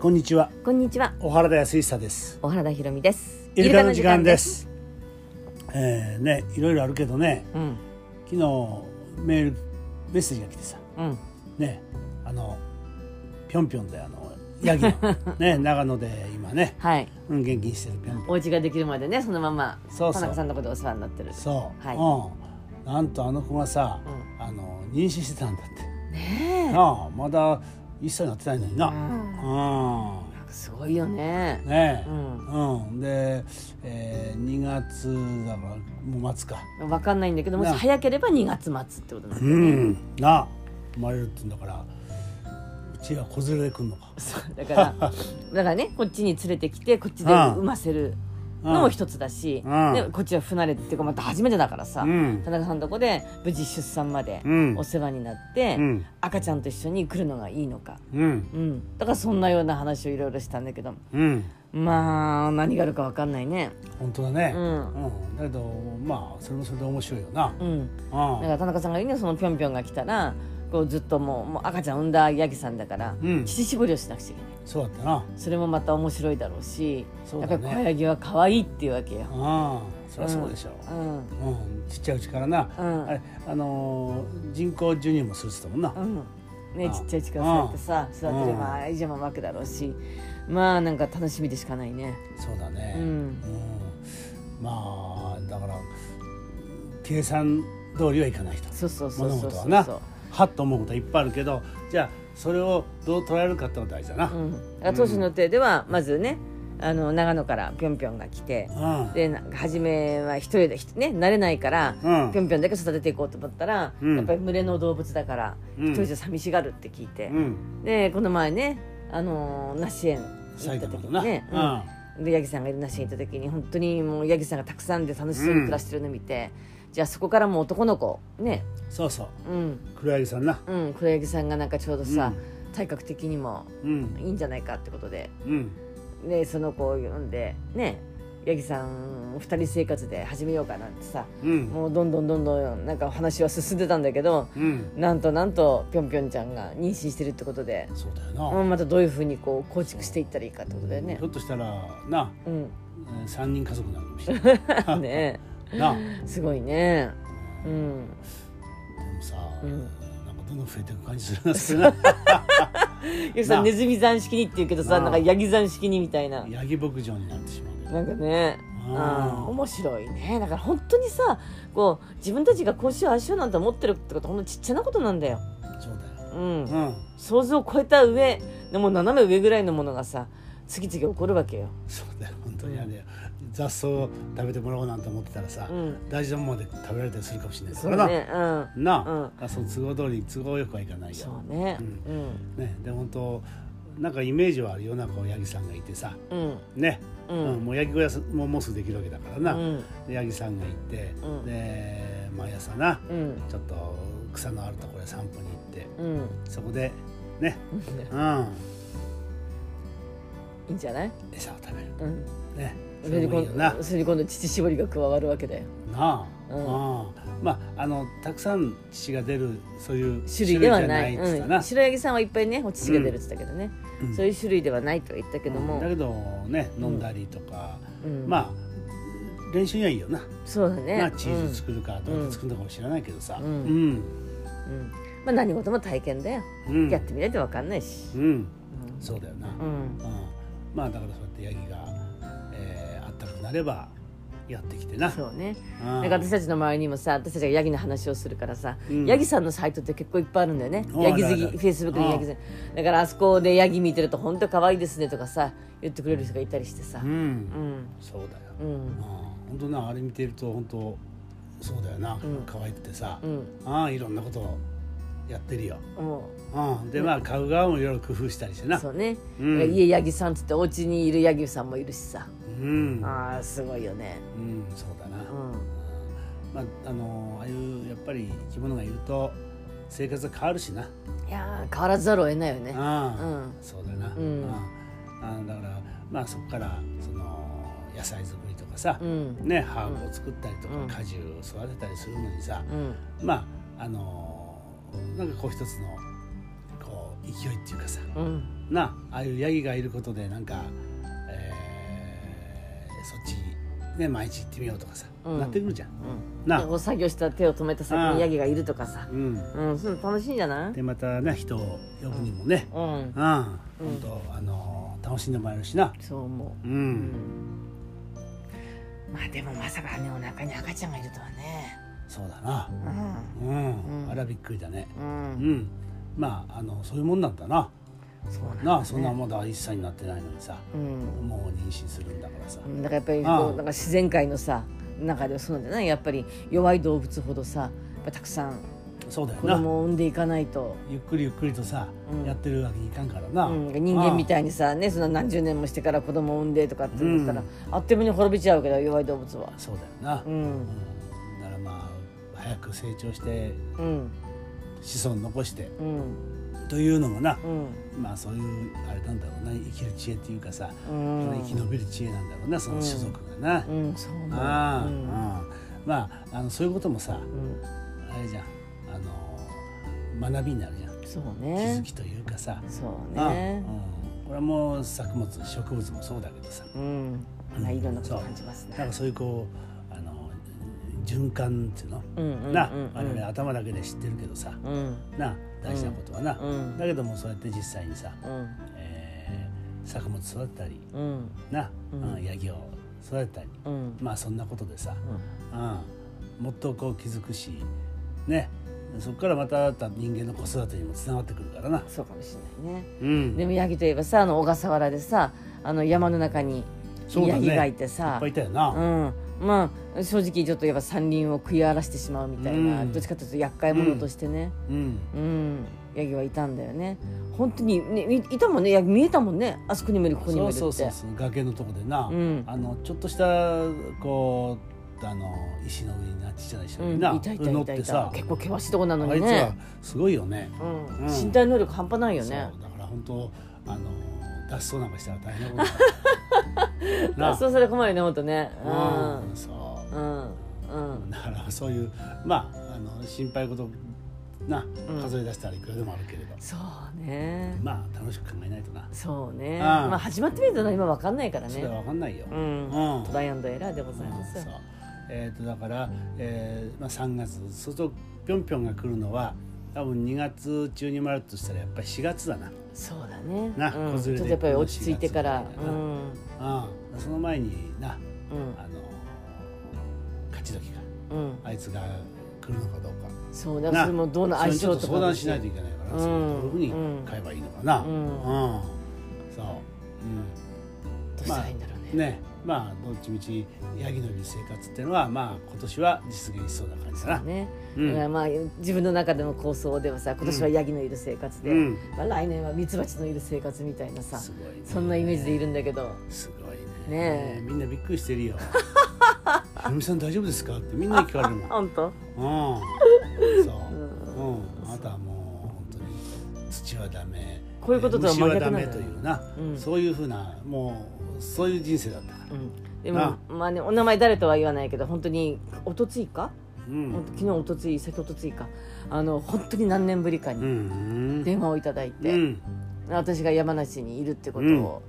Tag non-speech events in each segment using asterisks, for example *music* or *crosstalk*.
こんにちはこんにちは、小原田康久です小原田裕美です。イルカの時間ですえー、ねいろいろあるけどねイルカの時間昨日メールメッセージが来てさです。うん、うん、ねあのぴょんぴょんであのヤギ *laughs* のね長野で今ね、はい。うん、元気にしてるぴょんぴょんお家ができるまでね、そのまま、そうそう田中さんのことでお世話になってる。そう、はいうん、なんとあの子がさ、うあの妊娠してたんだってねなあまだ一歳になってないのになえ。うんうんすごいよね。ねえううん、で、えー、2月だからもう末かん、わかんないんだけど、もしなあ早ければ2月末ってことなんだうよね。んなあ生まれるって言うんだからうちは子連れで来んのかそうだから、 *laughs* だからね、こっちに連れてきて、こっちで産ませる。のも一つだし、うんでこっちは不慣れっていうかまた初めてだからさ、うん田中さんのとこで無事出産までうんお世話になって、うん赤ちゃんと一緒に来るのがいいのか、うんうん、だからそんなような話をいろいろしたんだけどうんまあ何があるかわかんないね本当だねう、うんんだけどまあそれもそれで面白いよな、うんだあから田中さんが言うにはそのぴょんぴょんが来たらこうずっともうもう赤ちゃん産んだヤギさんだから、うん乳搾りをしなくちゃいけないそうだったなそれもまた面白いだろうしそうやだっねぱり小ヤギは可愛いっていうわけよ、ああそりゃそうでしょうう、んうんちっちゃいうちからな、うんあれあのー人工授乳もするって言ったもんな、うん、ねあちっちゃい力そうやってさ育てれば愛情も湧くだろうしまあなんか楽しみでしかないねそうだね、うんうんまあだから計算通りはいかないとそうそうそう物そう事はそうなそうはっと思うことはいっぱいあるけどじゃあそれをどう捉えるかってのが大事だな、うん、だから当初の予定ではまずねあの長野からぴょんぴょんが来てうんでなんか初めは一人でひね慣れないからうんぴょんぴょんだけ育てていこうと思ったら、うんやっぱり群れの動物だからうん一人じゃ寂しがるって聞いて、うんでこの前ねあのー梨園行っ埼た玉時のにな、ね、うんでヤギさんがいるなしに行った時に本当にもうヤギさんがたくさんで楽しそうに暮らしてるの見て、じゃあそこからもう男の子ねうん、そうそううん黒柳さんなうん黒ヤギさんがなんかちょうどさ、体格的にもうんいいんじゃないかってことでうんでその子を呼んでねヤギさん2人生活で始めようかなんてさうんもうどんどんどんどんなんかお話は進んでたんだけどうんなんとなんとぴょんぴょんちゃんが妊娠してるってことで、そうだよな、うんまたどういうふうにこう構築していったらいいかってことだよねひょ。っとしたらなうん、えー三人家族になるかもしれない *laughs* ねなすごいね。うんでもさ、うんなんかどんどん増えていく感じするなそれな *laughs* よさなあネズミ山式にっていうけどさななあんかヤギ山式にみたいなヤギ牧場になってしまうけどなんかねううんん面白いねだから本当にさこう自分たちがこうしようああしようなんて思ってるってことほんのちっちゃなことなんだよ、そうだようんうん想像を超えた上でもう斜め上ぐらいのものがさ次々起こるわけよ、そうだよ本当にあれよ雑草を食べてもらおうなんて思ってたらさ、うん、大事なものまで食べられたりするかもしれないそからうな、ねうんなあ、うんあその都合通り都合よくはいかないよそうねううんね、で本当なんかイメージはあるよなんかヤギさんがいてさうんね、ううんんもうヤギ小屋さんももうすぐできるわけだからな、うんでヤギさんがいて、うんで毎朝なうんちょっと草のあるところへ散歩に行ってうんそこでね、うん、いいんじゃない餌を食べるうんねそ滑れりもい込いよんな滑り込んで乳搾りが加わるわけだよなあ、うんうんまああのたくさん乳が出るそういう種類ではない種類じゃないっつったう、なん白ヤギさんはいっぱいねお乳が出るって言ったけどね、うんそういう種類ではないとは言ったけども、だけどね飲んだりとか、うんまあ練習にはいいよな、そうだね、まあ、チーズうん作るかどうやって作るのかも知らないけどさううんんうんまあ、何事も体験だよ、うんやってみないと分かんないし、うんうんそうだよな、うんうんまあだからそうやってヤギが、えー、あったかくなればやってきてなそうねうんなんか私たちの周りにもさ私たちがヤギの話をするからさ、うんヤギさんのサイトって結構いっぱいあるんだよねおヤギ好あるきあるフェイスブックにヤギ好きだからあそこでヤギ見てると本当可愛いですねとかさ言ってくれる人がいたりしてさうん、うんそうだよ、ううん、ん本当なあれ見てると本当そうだよな、うん可愛くてさ、うんああいろんなことをやってるよ、もうん、でまあ買う側もいろいろ工夫したりしてうなそうね、うん家ヤギさんっつってお家にいるヤギさんもいるしさうん、あーすごいよねうん、そうだな、うんまあ、あのああいうやっぱり生き物がいると生活が変わるしな、いやー変わらざるを得ないよねあうんあそうだな、うんああだからまあそこからその野菜作りとかさ、うんね、ハーブを作ったりとか、うん果樹を育てたりするのにさう、んまああのなんかこう一つのこう勢いっていうかさうんなああいうヤギがいることでなんか、えーそっち、ね、毎日行ってみようとかさ、うんなってくるじゃん。うんなでお作業したら手を止めた先にヤギがいるとかさうん、うんそういうの楽しいんじゃないでまたね人を呼ぶにもね、うんうん本当あの楽しんでもらえるしな。そう思う、う、うんん、まあでもまさかねお腹に赤ちゃんがいるとはねそうだな、ううんうんあらびっくりだね。ん、う、うんん、まああのそういうもんなんだな。そうなんだ、ね、なあそんなまだ一歳になってないのにさ、うんもう妊娠するんだからさ。だからやっぱりああこうなんか自然界のさ中ではそうなんじゃないやっぱり弱い動物ほどさやっぱたくさんそうだよ子な。供を産んでいかないと、ゆっくりゆっくりとさ、うんやってるわけにいかんからな、うん、人間みいたいにさねそんな何十年もしてから子供を産んでとかって言ったら、うんあっという間に滅びちゃうけど弱い動物は。そうだよな、ううんんだからまあ早く成長してうん子孫残してうんというのもな、うんまあそういうあれなんだろうな生きる知恵っていうかさ、うん生き延びる知恵なんだろうなその種族がな、うんそう思うああ、ううんまああのそういうこともさうんあれじゃんあの学びになるじゃんそう気づねきというかさ、そうああねうん、これはもう作物植物もそうだけどさうんまあいろんなことを感じますなんねかそういうこうあの循環っていうの、うんうんうんな我々頭だけで知ってるけどさ、うんな大事なことはな、うんだけどもそうやって実際にさ、うんえー作物育てたりうんな、ううんんヤギを育てたりうんまあそんなことでさ、うんうん、もっとこう気づくしねそこからまた人間の子育てにもつながってくるからな。そうかもしれないねうん、でもヤギといえばさあの小笠原でさあの山の中にそうだヤねギがいていさっぱいいたよな。うん、まあ正直ちょっとやっぱ山林を食い荒らしてしまうみたいな、うんどっちかというと厄介者としてね、うんうんヤギはいたんだよね本当にねいいたもんねヤギ見えたもんねあそこにもいるここにもいるってそうそうそうそう崖のとこでな、うんあのちょっとしたこうあの石の上になっちゃう人うん、にいな、たいたいた乗いったてさ結構険しいとこなのあにいつはね、すごいよね。ううんん身体能力半端ないよねそうだから本当あの脱走なんかしたら大変なこそう *laughs* それ困るよね本当ねとうだんうん、そうんうんうだからそういうまああの心配事な数え出したらいくらでもあるけれど、そうねまあ楽しく考えないとな、そうねんまあ始まってみるとな今わかんないからそれはね分かんないよ。うんうんトライアンドエラーでございまそすうえー、とだから、えーまあ、3月そうするとぴょんぴょんが来るのは多分2月中に生まれるとしたらやっぱり4月だな、そうだねなうん、子連ちょっれでとやっぱり落ち着いてからこの4月ぐらういだなんうん、その前になうんあの勝ち時がうんあいつが来るのかどうかそうだからそれもどうなそ相れ性にちょとっとか相談しないといけないから、うんそういうふうに買えばいいのかな、うんそう、どうしたらいいんだろうね,、うん、ねまあどっちみちヤギのいる生活っていうのはまあ今年は実現しそうな感じだな。ねうんだからまあ自分の中での構想ではさ今年はヤギのいる生活で、うんまあ、来年はミツバチのいる生活みたいなさすごいねそんなイメージでいるんだけどすごいねねえみんなびっくりしてるよ *laughs* ひろみさん大丈夫ですかってみんなに聞かれるもん本当うんそう、うん、あなたはもう本当に土はダメこういうこととは虫真は逆なダんだメよというな、うんそういうふうなもうそういう人生だったからうんでもなまあねお名前誰とは言わないけど本当におとついか、うんほんと昨日おとつい先おとついかあの本当に何年ぶりかうにん電話をいただいて、うん私が山梨にいるってことを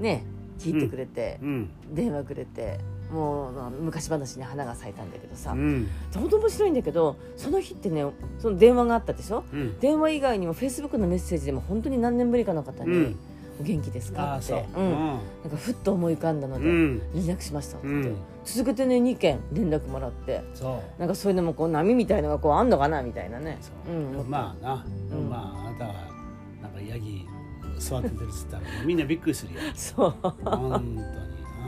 ね、聞いてくれてう、ん電話くれてもうまあ昔話に花が咲いたんだけどさ、うん本当面白いんだけどその日ってねその電話があったでしょうん電話以外にもフェイスブックのメッセージでも本当に何年ぶりかの方に「うんお元気ですあか?」あっそうて、うんなんかふっと思い浮かんだのうでん連絡しましたって、うん続けてね2件連絡もらってそうなんかそういうのもこう波みたいのがこうあんのかなみたいなねそう、うん、まあな、でもうんまああなたはなんかヤギ育ててるっつったらみんなびっくりするよそう本当に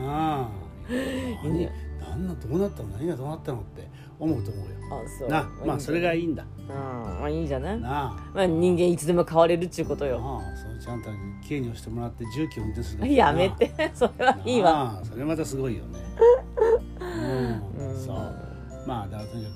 ああいい何ね何などうなったの何がどうなったのって思うと思うよあそうなまあそれがいいいいんだんじゃないうんまあいいんじゃないなあまあ、人間いつでも変われるっちゅうことよ。ああそのちゃんときれいに押してもらって重機を運転するのやめて、 *laughs* そなれはあいいわ。なあそれまたすごいよねうん、うんそうまあだからとにかく、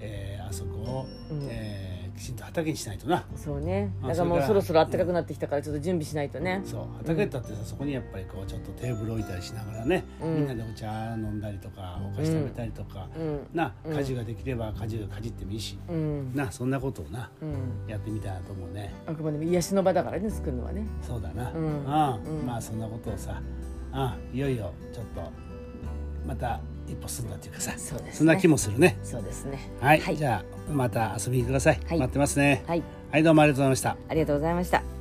えーあそこを、うんえーきちんと畑にしないとなそうねあだからもうそれかそらろそろ暖かくなってきたからちょっと準備しないとね、そう畑だってさそこにやっぱりこうちょっとテーブル置いたりしながらね、うんみんなでお茶飲んだりとかお菓子食べたりとか、うんなうん家事ができれば家事がかじってもいいし、うんなそんなことをなうん、やってみたいなと思うねあくまでも癒しの場だからね作るのはねそうだな、ううんんうんまあそんなことをさあいよいよちょっとまた一歩進んだっていうかさそうですねんな気もするねそうですねはい、はいじゃあまた遊びに来てください、はい待ってますねはいはい、どうもありがとうございましたありがとうございました